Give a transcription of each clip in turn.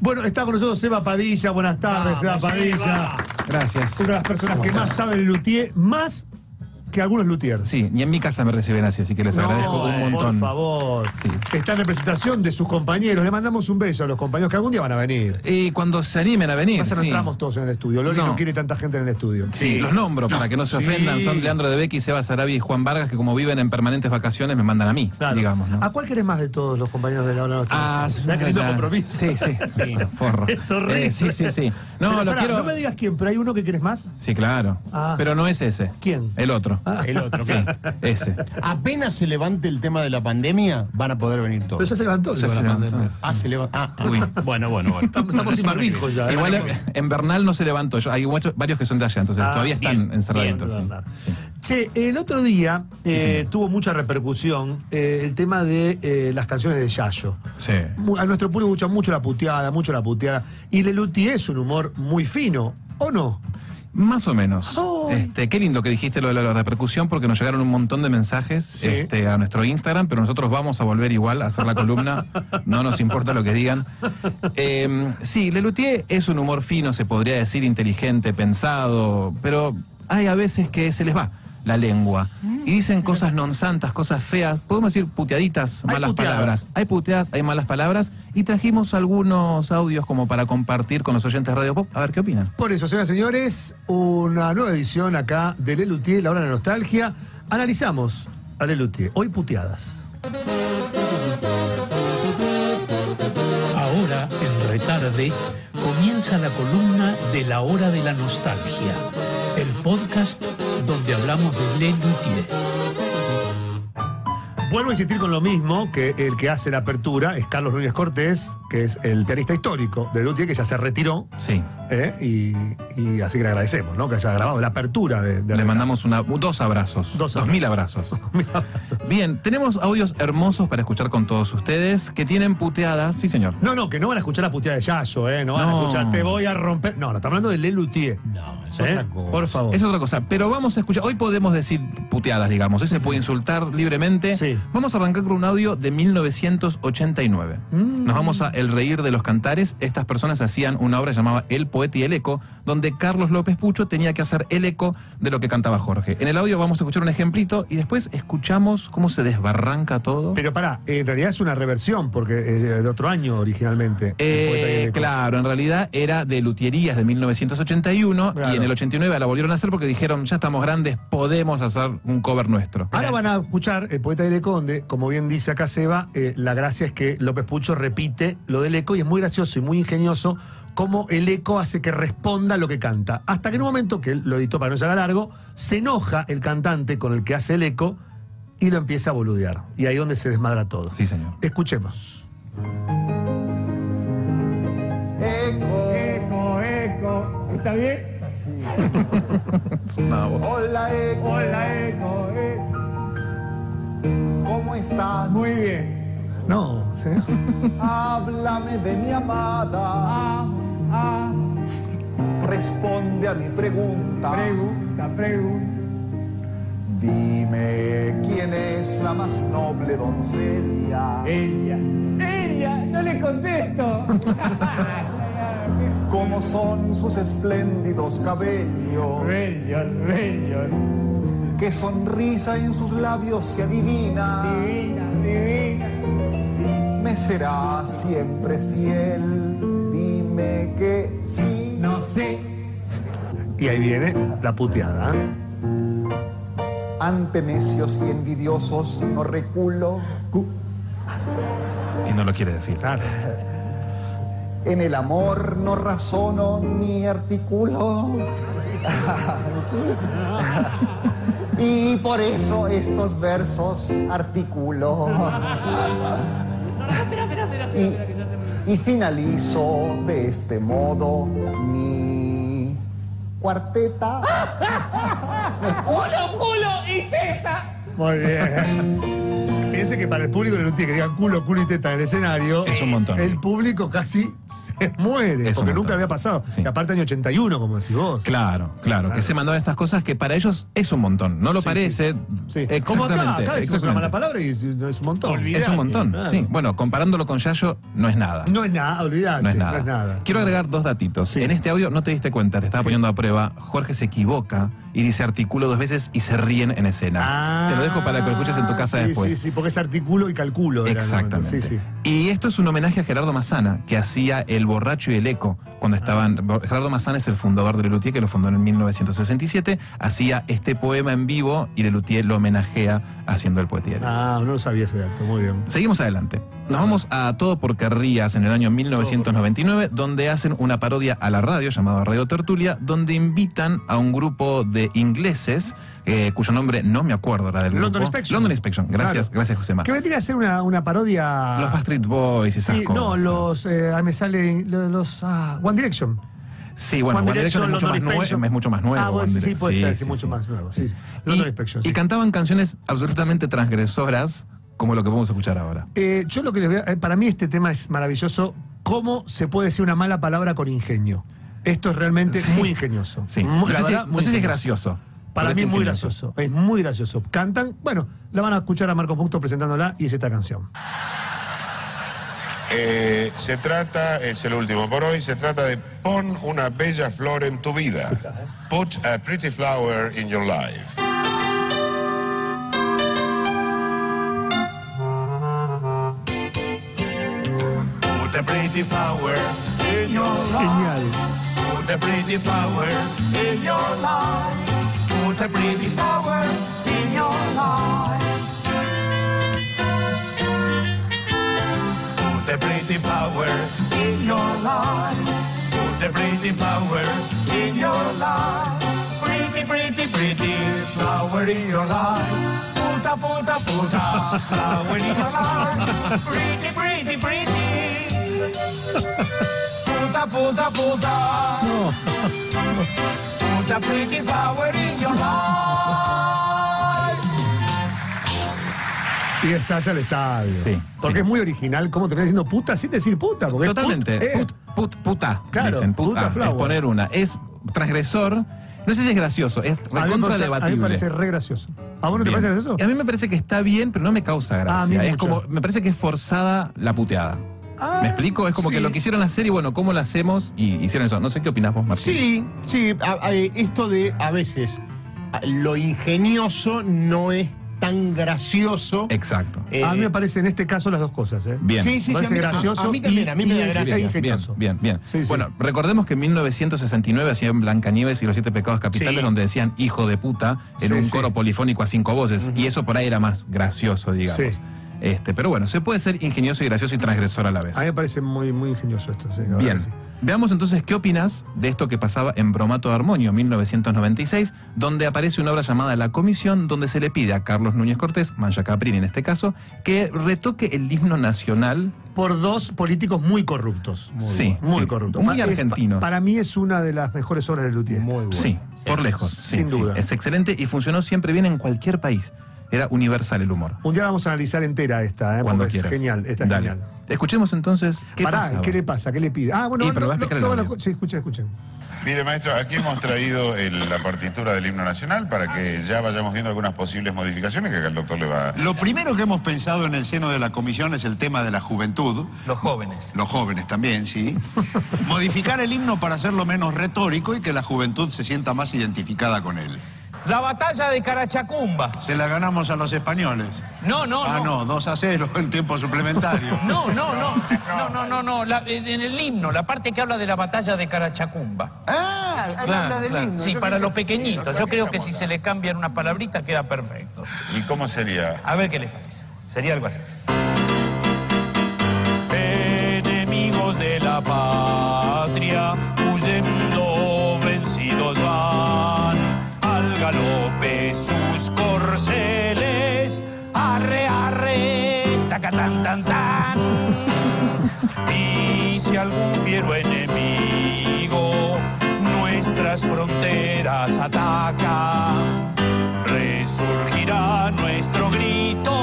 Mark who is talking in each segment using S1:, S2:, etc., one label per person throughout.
S1: Bueno, está con nosotros Seba Padilla. Buenas tardes, Ah, Seba
S2: Vamos,
S1: Padilla.
S2: Seba.
S3: Gracias.
S1: Una de las personas
S3: ¿Cómo
S1: que
S3: estás?
S1: más sabe de luthier, más que algunos luthiers.
S3: Sí, y en mi casa me reciben así, así que les agradezco un montón.
S1: eh, Por favor.
S3: Sí.
S1: Está en representación de sus compañeros. Le mandamos un beso a los compañeros que algún día van a venir.
S3: Y cuando se animen a venir.
S1: Pasa, no
S3: sí.
S1: entramos todos en el estudio. Loli no.
S3: No.
S1: quiere tanta gente en el estudio.
S3: Sí, los nombro para que no se
S2: Sí.
S3: ofendan. Son Leandro de Becky, Seba Sarabia y Juan Vargas, que como viven en permanentes vacaciones me mandan a mí,
S1: Claro.
S3: digamos. ¿no? Ah,
S1: ¿A cuál querés más de todos los compañeros de la hora nostra? Mirá que
S3: sí,
S1: lindo
S3: ya.
S1: compromiso.
S3: Sí, sí, sí. Forro.
S1: Es horrible.
S3: Eh, sí, sí, sí. No,
S1: Pero
S3: lo
S1: pará,
S3: quiero.
S1: No me digas quién, pero hay uno que querés más.
S3: Sí, claro.
S1: Ah.
S3: Pero no es ese.
S1: ¿Quién? Ah,
S3: El otro.
S2: El otro,
S3: Sí,
S2: claro.
S3: ese.
S2: Ah. Apenas se levante el tema de la pandemia, van a poder venir
S1: Pero
S2: todos.
S1: ya se levantó.
S3: Ya
S1: Seba,
S3: se
S1: la
S3: levantó.
S1: pandemia.
S2: Ah, se levanta. Ah, ah.
S3: Uy.
S2: Bueno, bueno, bueno.
S1: Estamos, estamos sin barbijo ya. ¿eh?
S3: Igual en Bernal no se levantó. Yo- hay guacho- varios que son de allá, entonces
S1: Ah,
S3: todavía están
S2: bien,
S3: encerraditos.
S1: Bien,
S3: sí.
S1: Bernal. Che, el otro día eh, tuvo mucha repercusión eh, el tema de eh, las canciones de Yayo.
S3: Sí.
S1: Mu- A nuestro público gusta mucho la puteada, mucho la puteada. Y Leluti es un humor muy fino, ¿o no?
S3: Más o menos.
S1: Ay.
S3: Este, qué lindo que dijiste lo de la, la repercusión porque nos llegaron un montón de mensajes
S1: Sí.
S3: este, a nuestro Instagram, pero nosotros vamos a volver igual a hacer la columna. No nos importa lo que digan. Eh, sí, Lelutier es un humor fino, se podría decir inteligente, pensado, pero hay a veces que se les va la lengua y dicen cosas non santas, cosas feas, podemos decir puteaditas,
S1: Hay
S3: malas
S1: puteadas.
S3: palabras. Hay puteadas, hay malas palabras y trajimos algunos audios como para compartir con los oyentes de Radio Pop, a ver qué opinan.
S1: Por eso, señoras y señores, una nueva edición acá de Leluti, La Hora de la Nostalgia. Analizamos a Leluti, hoy puteadas.
S4: Ahora, en Retarde, comienza la columna de la hora de la nostalgia, el podcast donde hablamos de Glenn Luthier.
S1: Vuelvo a insistir con lo mismo, que el que hace la apertura es Carlos Núñez Cortés, que es el pianista histórico de Leluti, que ya se retiró.
S3: Sí.
S1: ¿eh? Y, y así que le agradecemos, ¿no? Que haya grabado la apertura de, de
S3: Le
S1: Retarde.
S3: mandamos una, dos abrazos.
S1: Dos
S3: dos mil abrazos. Bien, tenemos audios hermosos para escuchar con todos ustedes que tienen puteadas. Sí, señor.
S1: No, no, que no van a escuchar la puteada de Yayo, ¿eh? No van a
S3: No.
S1: escuchar, te voy a romper. No, no, está hablando de Lelutier.
S2: No, es
S1: ¿eh?
S2: otra cosa.
S1: Por favor.
S3: Es otra cosa, pero vamos a escuchar. Hoy podemos decir puteadas, digamos. Hoy se puede insultar libremente.
S1: Sí.
S3: Vamos a arrancar con un audio de 1989.
S1: Mm.
S3: Nos vamos a El Reír de los Cantares. Estas personas hacían una obra llamada El Poeta y el Eco, donde Carlos López Pucho tenía que hacer el eco de lo que cantaba Jorge. En el audio vamos a escuchar un ejemplito y después escuchamos cómo se desbarranca todo.
S1: Pero pará, en realidad es una reversión, porque es de de otro año originalmente. el
S3: Eh,
S1: Poeta y el Eco.
S3: claro, en realidad era de Lutierías de 1981
S1: Claro.
S3: y en el 89 la volvieron a hacer porque dijeron, ya estamos grandes, podemos hacer un cover nuestro.
S1: Ahora van a escuchar el poeta del Conde, como bien dice acá Seba, eh, la gracia es que López Pucho repite lo del eco y es muy gracioso y muy ingenioso cómo el eco hace que responda lo que canta. Hasta que en un momento, que él lo editó para que no se haga largo, se enoja el cantante con el que hace el eco y lo empieza a boludear. Y ahí es donde se desmadra todo.
S3: Sí, señor.
S1: Escuchemos.
S5: Eco, eco, eco. ¿Está bien? Hola, eco. Hola, eco. ¿Cómo estás? Muy bien.
S1: No, ¿sí?
S5: Háblame de mi amada. Ah, Responde a mi pregunta. Pregunta, pregunta. Dime quién es la más noble doncella.
S6: Ella. Ella, no le contesto.
S5: ¿Cómo son sus espléndidos cabellos?
S6: bellos, bellos.
S5: ¿Qué sonrisa en sus labios se adivina?
S6: Divina, divina.
S5: me será siempre fiel. Dime que sí.
S6: No sé.
S1: Y ahí viene la puteada. ¿eh?
S5: Ante necios y envidiosos no reculo.
S3: Y no lo quiere decir.
S1: Claro.
S5: En el amor no razono ni articulo. Sí. y por eso estos versos articulo. y, y finalizo de este modo mi cuarteta.
S6: Culo, culo y testa.
S1: Muy bien. piense que para el público de Lelutier que digan culo, culo y teta en el escenario,
S3: Es un montón.
S1: el público casi se muere,
S3: Es
S1: porque
S3: un montón.
S1: nunca había pasado.
S3: Sí.
S1: Y aparte año 81, como decís vos.
S3: Claro, claro, que se mandaban estas cosas que para ellos es un montón. No lo
S1: Sí,
S3: parece.
S1: Sí.
S3: Exactamente,
S1: Como acá, acá decimos una
S3: exactamente.
S1: mala palabra y es es un montón.
S3: Es un montón,
S1: Claro.
S3: sí. Bueno, comparándolo con Yayo, no es nada.
S1: No es nada, olvidate.
S3: No es nada. Quiero agregar dos datitos.
S1: Sí.
S3: En este audio no te diste cuenta, te estaba poniendo a prueba. Jorge se equivoca y dice artículo dos veces y se ríen en escena.
S1: Ah,
S3: te lo dejo para que lo escuches en tu casa
S1: sí,
S3: después.
S1: Sí, sí, porque es artículo y calculo. era, ¿no?
S3: Exactamente.
S1: Sí, sí.
S3: Y esto es un homenaje a Gerardo Massana, que hacía El Borracho y el Eco,
S1: Ah.
S3: cuando estaban. Gerardo Massana es el fundador de Lelutier, que lo fundó en 1967. Hacía este poema en vivo y Lelutier lo homenajea haciendo el poetiario.
S1: Ah, no lo sabía ese dato, muy bien.
S3: Seguimos adelante. Nos vamos a Todo porque Rías en el año 1999, donde hacen una parodia a la radio llamada Radio Tertulia, donde invitan a un grupo de ingleses, eh, cuyo nombre no me acuerdo era del
S1: London
S3: grupo.
S1: Inspection.
S3: London Inspection. Gracias,
S1: Claro.
S3: gracias, Josema.
S1: Que me tiene a hacer una, una parodia.
S3: Los Backstreet Boys y esas
S1: Sí,
S3: cosas.
S1: no, los. eh, ahí me sale. lo- Los. ah, One Direction.
S3: Sí, bueno,
S1: One
S3: One,
S1: Direction,
S3: Direction, es, mucho
S1: London
S3: más
S1: Inspection.
S3: nuevo, es mucho más nuevo.
S1: Ah, bueno,
S3: One
S1: sí,
S3: Direc-
S1: puede ser, sí, mucho más nuevo, sí. London Inspection,
S3: Y
S1: sí.
S3: cantaban canciones absolutamente transgresoras, como lo que vamos a escuchar ahora.
S1: Eh, yo lo que les veo. eh, para mí este tema es maravilloso. ¿Cómo se puede decir una mala palabra con ingenio? Esto es realmente
S3: Sí.
S1: muy ingenioso.
S3: Sí.
S1: Mu-
S3: No
S1: la
S3: sé, si,
S1: verdad, muy
S3: no sé si es
S1: ingenioso.
S3: gracioso.
S1: Para
S3: pero
S1: mí
S3: es
S1: es muy
S3: ingenioso.
S1: gracioso. Es muy gracioso. Cantan, bueno, la van a escuchar a Marcos Punto presentándola y es esta canción.
S7: Eh, se trata, es el último por hoy, se trata de pon una bella flor en tu vida. Put a pretty flower in your life.
S8: Put a pretty flower in your life.
S1: Genial.
S8: Put a pretty flower in your life. Put a pretty flower in your life. Put a pretty flower in your life. Put a pretty flower in your life. Pretty, pretty, pretty flower in your life. Puta, puta, puta flower in your life. Pretty, pretty, pretty. Puta, puta, puta. Puta, pretty flower in your life.
S1: Y estalla el estadio.
S3: Sí,
S1: Porque
S3: sí.
S1: es muy original cómo termina diciendo puta sin decir puta. Porque es put-
S3: Totalmente.
S1: eh,
S3: Put- put- puta.
S1: Claro,
S3: dicen, puta.
S1: puta flower.
S3: Es poner una. Es transgresor. No sé si es gracioso,
S1: a,
S3: es
S1: mí me
S3: recontra
S1: parece, a mí me
S3: debatible.
S1: parece re gracioso. ¿A vos no te
S3: Bien.
S1: parece gracioso?
S3: A mí me parece que está bien, pero no me causa
S1: Ah, a mí
S3: gracia. es
S1: mucho.
S3: como, me parece que es forzada la puteada.
S1: Ah,
S3: ¿Me explico? Es como
S1: sí.
S3: que lo quisieron hacer y bueno, ¿cómo lo hacemos? Y hicieron eso. No sé qué opinás vos, Martín.
S2: Sí, sí, a- a- esto de a veces a- lo ingenioso no es tan gracioso.
S3: Exacto.
S2: Eh,
S1: a mí me parece en este caso las dos cosas. ¿eh?
S3: Bien.
S2: Sí, sí, sí, a
S1: Parece
S2: mí, a-
S1: gracioso
S2: a mí también, a mí me da
S1: y- y-
S2: gracia.
S1: e ingenioso.
S3: Bien, bien, bien.
S1: Sí, sí.
S3: Bueno, recordemos que en 1969 hacían Blancanieves y los Siete Pecados Capitales,
S2: Sí.
S3: donde decían hijo de puta en
S1: Sí,
S3: un
S1: sí.
S3: coro polifónico a cinco voces. Y eso por ahí era más gracioso, digamos.
S1: Sí.
S3: Este, pero bueno, se puede ser ingenioso y gracioso y transgresor a la vez.
S1: A mí me parece muy, muy ingenioso esto. sí, la verdad
S3: Bien.
S1: que sí.
S3: Veamos entonces qué opinas de esto que pasaba en Bromato de Armonio, 1996, donde aparece una obra llamada La Comisión, donde se le pide a Carlos Núñez Cortés, Mancha Caprini en este caso, que retoque el himno nacional.
S1: Por dos políticos muy corruptos.
S3: sí,
S1: Muy
S3: sí,
S1: corruptos.
S3: Muy
S1: Es-
S3: argentinos.
S1: para mí es una de las mejores obras de Luthier.
S2: Muy bueno.
S3: Sí, por lejos. sí,
S1: Sin
S3: sí.
S1: duda.
S3: Es excelente y funcionó siempre bien en cualquier país. Era universal el humor.
S1: Un día la vamos a analizar entera esta, ¿eh?
S3: Cuando
S1: porque
S3: quieras.
S1: es genial, esta es
S3: Dale.
S1: genial.
S3: Escuchemos entonces qué
S1: Pará,
S3: pasaba.
S1: ¿qué le pasa? ¿Qué le pide? Ah, bueno,
S3: Y,
S1: no,
S3: pero va a
S1: no,
S3: explicar
S1: no,
S3: el
S1: no,
S3: audio.
S1: sí, escuchen, escuchen.
S7: Mire, maestro, aquí hemos traído el- la partitura del himno nacional para que ya vayamos viendo algunas posibles modificaciones que acá el doctor le va.
S8: Lo primero que hemos pensado en el seno de la comisión es el tema de la juventud. Los jóvenes. Los jóvenes también, sí. Modificar el himno para hacerlo menos retórico y que la juventud se sienta más identificada con él.
S9: La batalla de Carachacumba.
S8: Se la ganamos a los españoles.
S9: No, no,
S8: ah,
S9: no.
S8: no, 2 a 0 en tiempo suplementario.
S9: No, no, no. No, no, no, no. La- eh, en el himno, la parte que habla de la batalla de Carachacumba.
S8: Ah,
S9: Claro, claro. Sí, para los pequeñitos. Yo creo que si se le cambian unas palabritas queda perfecto.
S7: ¿Y cómo sería?
S9: A ver qué les parece. Sería algo así.
S8: Enemigos de la patria, huyendo vencidos van al galope sus corceles. Arre, arre, tacatán, tan, tan. Y si algún fiero enemigo nuestras fronteras ataca, resurgirá nuestro grito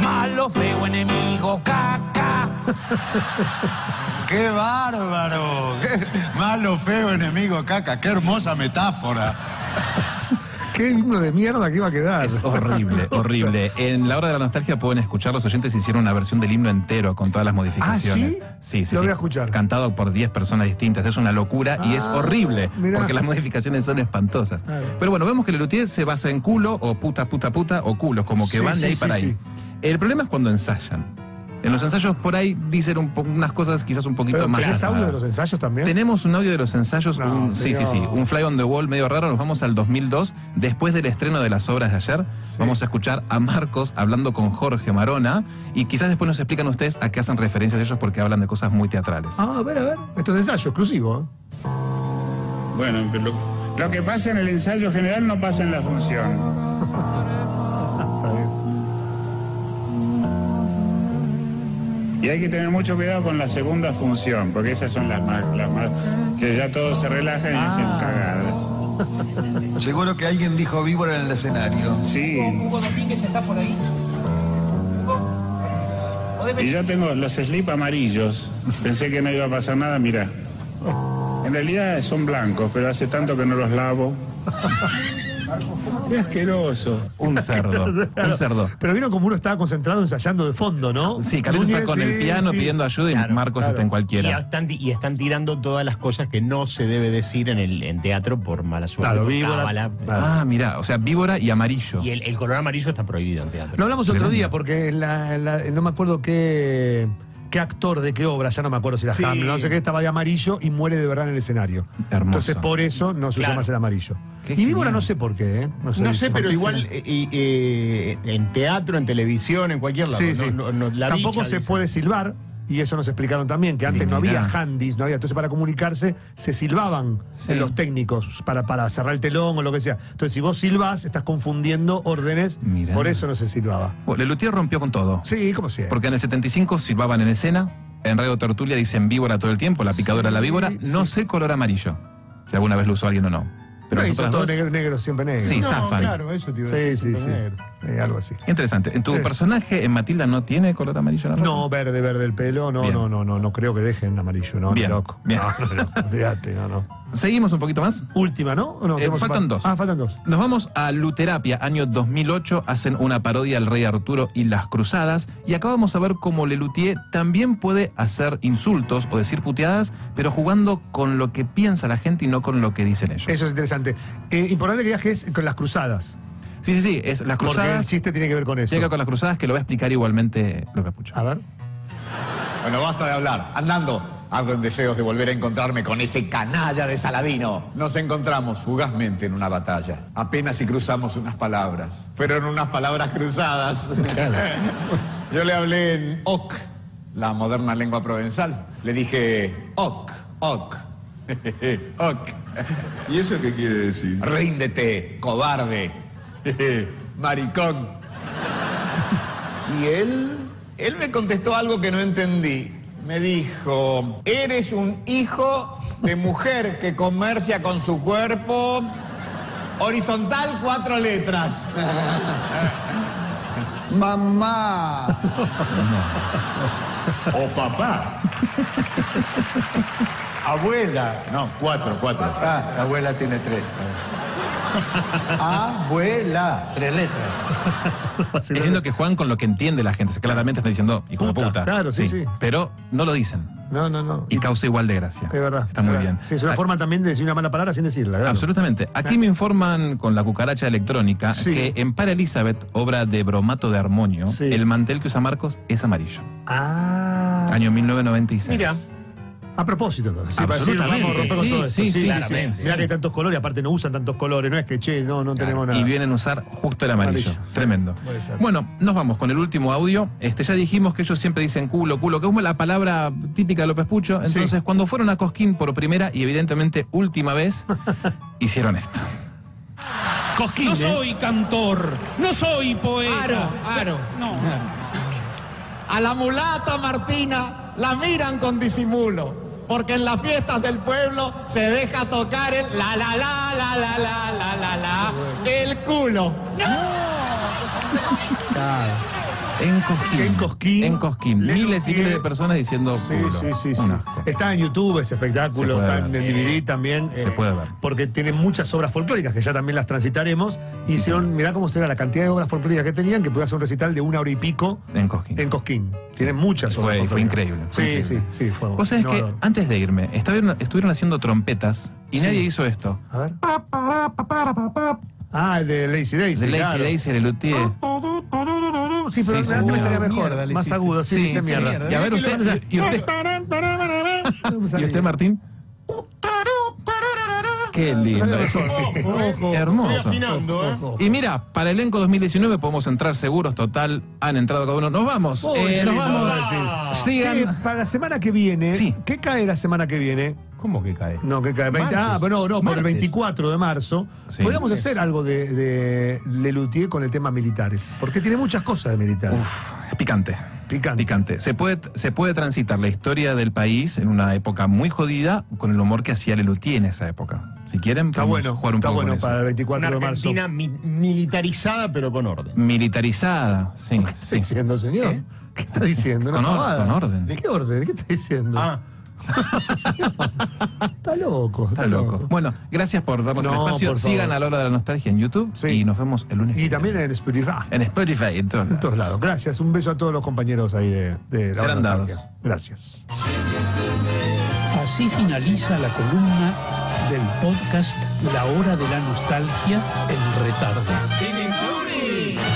S10: nuestro feo enemigo, caca.
S11: ¡Qué bárbaro! ¡Qué malo, feo, enemigo, caca! ¡Qué hermosa metáfora!
S1: Qué himno de mierda que iba a quedar.
S3: Es horrible, horrible. En la hora de la nostalgia pueden escuchar los oyentes hicieron una versión del himno entero con todas las modificaciones.
S1: ¿Ah, sí?
S3: Sí, sí,
S1: Lo voy
S3: sí.
S1: a escuchar.
S3: Cantado por 10 personas distintas. Es una locura y es
S1: Ah,
S3: horrible
S1: mirá.
S3: porque las modificaciones son espantosas.
S1: Claro.
S3: Pero bueno, vemos que Lelutier se basa en culo o puta, puta, puta o culos, como que
S1: Sí,
S3: van de
S1: sí,
S3: ahí
S1: sí,
S3: para ahí.
S1: sí.
S3: El problema es cuando ensayan. En los ensayos por ahí dicen un po- unas cosas quizás un poquito
S1: Pero
S3: más.
S1: ¿tenés audio de
S3: armadas.
S1: los ensayos también?
S3: Tenemos un audio de los ensayos,
S1: ¿Eh? No,
S3: un, sí, sí,
S1: señor.
S3: sí, un fly on the wall medio raro. Nos vamos al 2002, después del estreno de las obras de ayer. Vamos a escuchar a Marcos hablando con Jorge Marona y quizás después nos explican ustedes a qué hacen referencias ellos porque hablan de cosas muy teatrales.
S1: Ah, a ver, a ver. Esto es ensayo exclusivo. ¿eh?
S12: Bueno, pero lo, lo que pasa en el ensayo general no pasa en la función. Y hay que tener mucho cuidado con la segunda función, porque esas son las más, las más que ya todos se relajan y hacen cagadas.
S11: Seguro que alguien dijo víbora en el escenario.
S12: Sí. Y yo tengo los slip amarillos. Pensé que no iba a pasar nada, mira. En realidad son blancos, pero hace tanto que no los lavo. Qué asqueroso.
S3: Un cerdo, un cerdo.
S1: Pero vieron como uno estaba concentrado ensayando de fondo, ¿no?
S3: Sí, Carlos está
S1: Núñez,
S3: con el
S1: sí,
S3: piano
S1: sí.
S3: pidiendo ayuda y
S2: Claro,
S3: Marcos
S1: claro.
S3: está en
S2: Y,
S3: cualquiera.
S2: ya están, y están tirando todas las cosas que no se debe decir en el en teatro por mala suerte.
S1: Claro,
S2: por
S1: víbora,
S2: cábala.
S3: Ah, mira, o sea, víbora y amarillo.
S2: Y el, el color amarillo está prohibido en teatro.
S1: Lo hablamos otro día porque en la- en la- no me acuerdo qué, qué actor de qué obra, ya no me acuerdo si era
S2: Sí.
S1: Hamlet, no sé qué, estaba de amarillo y muere de verdad en el escenario.
S3: Hermoso.
S1: Entonces por eso no se usa
S2: Claro.
S1: más el amarillo.
S3: Qué
S1: y Víbora
S3: genial.
S1: no sé por qué, ¿eh?
S2: No sé,
S1: dice.
S2: pero igual eh, eh, en teatro, en televisión, en cualquier lado.
S1: Sí,
S2: no-
S1: sí.
S2: no- no- la
S1: Tampoco
S2: bicha,
S1: se
S2: dicen.
S1: puede silbar. Y eso nos explicaron también, que antes
S3: Sí,
S1: no había
S3: mirá.
S1: handys, no había. Entonces, para comunicarse, se silbaban
S3: Sí.
S1: en los técnicos para, para cerrar el telón o lo que sea. Entonces, si vos silbás, estás confundiendo órdenes.
S3: Mirá.
S1: Por eso no se silbaba.
S3: Bueno, Lelutier rompió con todo.
S1: Sí, como siempre.
S3: Porque en el 75 silbaban en escena, en Radio Tertulia dicen víbora todo el tiempo, la picadora
S1: Sí,
S3: la víbora. No
S1: sí.
S3: sé el color amarillo, si alguna vez lo usó alguien o no. Pero
S1: No, y
S3: las
S1: son
S3: otras
S1: todos
S3: dos-
S1: negros, negros, siempre negros.
S3: Sí,
S1: No,
S3: zafan.
S2: Claro, eso te iba a
S1: Sí,
S2: decir,
S1: sí, sí.
S2: tener.
S1: sí. Eh, algo así.
S3: Qué Interesante. ¿En tu
S1: Sí.
S3: personaje en Matilda no tiene color amarillo en la ropa?
S1: No, verde, verde el pelo. No,
S3: Bien.
S1: no, no, no, no creo que dejen amarillo. No,
S3: Bien,
S1: ni loco.
S3: bien.
S1: No, no, no, olvídate, no, no.
S3: Seguimos un poquito más.
S1: Última, ¿no? ¿O no?
S3: Eh,
S1: Tenemos
S3: faltan
S1: pa-
S3: dos.
S1: Ah, faltan dos.
S3: Nos vamos a Luterapia, año 2008, hacen una parodia al rey Arturo y las cruzadas, y acá vamos a ver cómo Lelutier también puede hacer insultos o decir puteadas, pero jugando con lo que piensa la gente y no con lo que dicen ellos.
S1: Eso es interesante. Eh, importante que digas que es con las cruzadas.
S3: Sí, sí, sí, es las
S1: Porque el
S3: cruzadas.
S1: chiste tiene que ver con eso.
S3: Llega con las cruzadas que lo va a explicar igualmente López Pucho.
S1: A ver.
S8: Bueno, basta de hablar. Andando, ardo en deseos de volver a encontrarme con ese canalla de Saladino. Nos encontramos fugazmente en una batalla. Apenas si cruzamos unas palabras. Fueron unas palabras cruzadas. Yo le hablé en ok, la moderna lengua provenzal. Le dije ok, ok, ok.
S12: ¿Y eso qué quiere decir?
S8: Ríndete, cobarde, maricón. Y él, él me contestó algo que no entendí. Me dijo, eres un hijo de mujer que comercia con su cuerpo. Horizontal, cuatro letras. Mamá.
S12: O papá.
S8: Abuela.
S12: No, cuatro, cuatro.
S8: Ah, la abuela tiene tres. abuela.
S2: Tres letras.
S3: Es lindo que juegan con lo que entiende la gente. Claramente están diciendo, hijo
S1: Puta,
S3: de puta.
S1: claro, sí, sí.
S3: Pero no lo dicen.
S1: No, no, no.
S3: Y causa igual de gracia.
S1: Es verdad.
S3: Está muy
S1: es verdad.
S3: bien.
S1: Sí, es una
S3: Ah,
S1: forma también de decir una mala palabra sin decirla. claro.
S3: Absolutamente. Aquí me informan con la cucaracha electrónica
S1: Sí.
S3: que en Para Elizabeth, obra de bromato de armonio,
S1: Sí.
S3: el mantel que usa Marcos es amarillo.
S1: Ah.
S3: Año 1996.
S2: Mira.
S1: A propósito, entonces.
S3: Absolutamente.
S1: vamos a romper con
S3: Sí,
S1: todo esto.
S3: sí, sí, sí,
S1: claramente.
S3: sí.
S1: Mirá que hay tantos colores, aparte no usan tantos colores, no es que che, no, no tenemos nada.
S3: Y vienen a usar justo el amarillo.
S1: Amarillo.
S3: Tremendo.
S1: Puede ser.
S3: Bueno, nos vamos con el último audio. Este, ya dijimos que ellos siempre dicen culo, culo, que es la palabra típica de López Pucho. Entonces,
S1: Sí.
S3: cuando fueron a Cosquín por primera y evidentemente última vez, hicieron esto.
S1: Cosquín.
S4: No
S1: ¿eh?
S4: soy cantor, no soy poeta.
S8: Aro, aro.
S4: No.
S8: A la mulata Martina la miran con disimulo, porque en las fiestas del pueblo se deja tocar el la la la la la la la la la el culo. ¡No!
S3: En Cosquín. En Cosquín. Miles y miles de personas diciendo.
S1: Sí,
S3: culo.
S1: sí, sí, sí.
S3: Un asco.
S1: Está en YouTube ese
S3: Se
S1: espectáculo,
S3: puede
S1: está en
S3: ver.
S1: DVD también. eh,
S3: Se puede ver.
S1: Porque tiene muchas obras folclóricas, que ya también las transitaremos. Y hicieron, mirá cómo será la cantidad de obras folclóricas que tenían, que podía hacer un recital de una hora y pico
S3: En Cosquín.
S1: en Cosquín. Tienen muchas
S3: Fue-
S1: obras
S3: fue
S1: folclóricas.
S3: increíble, fue
S1: sí,
S3: increíble.
S1: sí, sí, fue.
S3: Vos sabés que
S1: innovador.
S3: antes de irme, estuvieron, estuvieron haciendo trompetas y
S1: Sí.
S3: nadie hizo esto.
S1: A ver. Ah, el de Lazy Daisy.
S3: De Lazy
S1: claro.
S3: Daisy de Luthier.
S1: Sí, pero
S3: Sí,
S1: antes me
S3: sí.
S1: salía mejor,
S3: Mierda, le
S1: más
S3: hiciste.
S1: agudo, sí,
S3: Sí,
S1: dice
S3: sí,
S1: mierda.
S3: mierda. Y a ver, usted- ¿eh? y- y usted-
S1: No me
S3: ¿Y
S1: salía.
S3: usted, Martín? Qué lindo.
S1: Sale
S3: eso.
S1: mejor. Ojo,
S3: Hermoso.
S1: estoy afinando, ¿eh?
S3: Y mira, para elenco 2019 podemos entrar seguros, total. Han entrado cada uno. Nos vamos.
S1: Uy,
S3: eh,
S1: qué
S3: nos
S1: lindo,
S3: vamos.
S1: ahora sí.
S3: Sigan.
S1: Che, para la semana que viene,
S3: Sí.
S1: ¿qué cae la semana que viene?
S13: ¿Cómo que cae?
S1: No, que cae.
S13: Martes.
S1: ah, pero no, no, por el
S13: Martes.
S1: 24 de marzo.
S3: Sí.
S1: Podríamos hacer algo de, de Lelutier con el tema militares. Porque tiene muchas cosas de militares.
S3: Es picante. Picante. Se puede, se puede transitar la historia del país en una época muy jodida con el humor que hacía Lelutier en esa época. Si quieren,
S1: Está
S3: podemos
S1: bueno,
S3: jugar un
S1: está
S3: poco
S1: bueno
S3: con eso.
S1: para el 24 de
S2: Una
S1: marzo.
S2: Argentina mi- militarizada, pero con orden.
S3: Militarizada, sí. sí.
S1: diciendo, señor? ¿Eh? ¿Qué está diciendo? Una
S3: Con or-
S1: pavada.
S3: con orden.
S1: ¿De qué orden? ¿Qué está diciendo?
S2: Ah.
S1: está loco.
S3: Está loco. Bueno, gracias por darnos el
S1: No,
S3: espacio.
S1: por favor.
S3: Sigan a la hora de la nostalgia en YouTube y nos vemos el lunes.
S1: Y también en Spotify.
S3: En Spotify, en todos
S1: En todos lados. Gracias. Un beso a todos los compañeros ahí de, de la
S3: Serán
S1: Hora
S3: dados.
S1: Nostalgia. Gracias.
S4: Así finaliza la columna del podcast La Hora de la Nostalgia en Retardo.
S8: Sin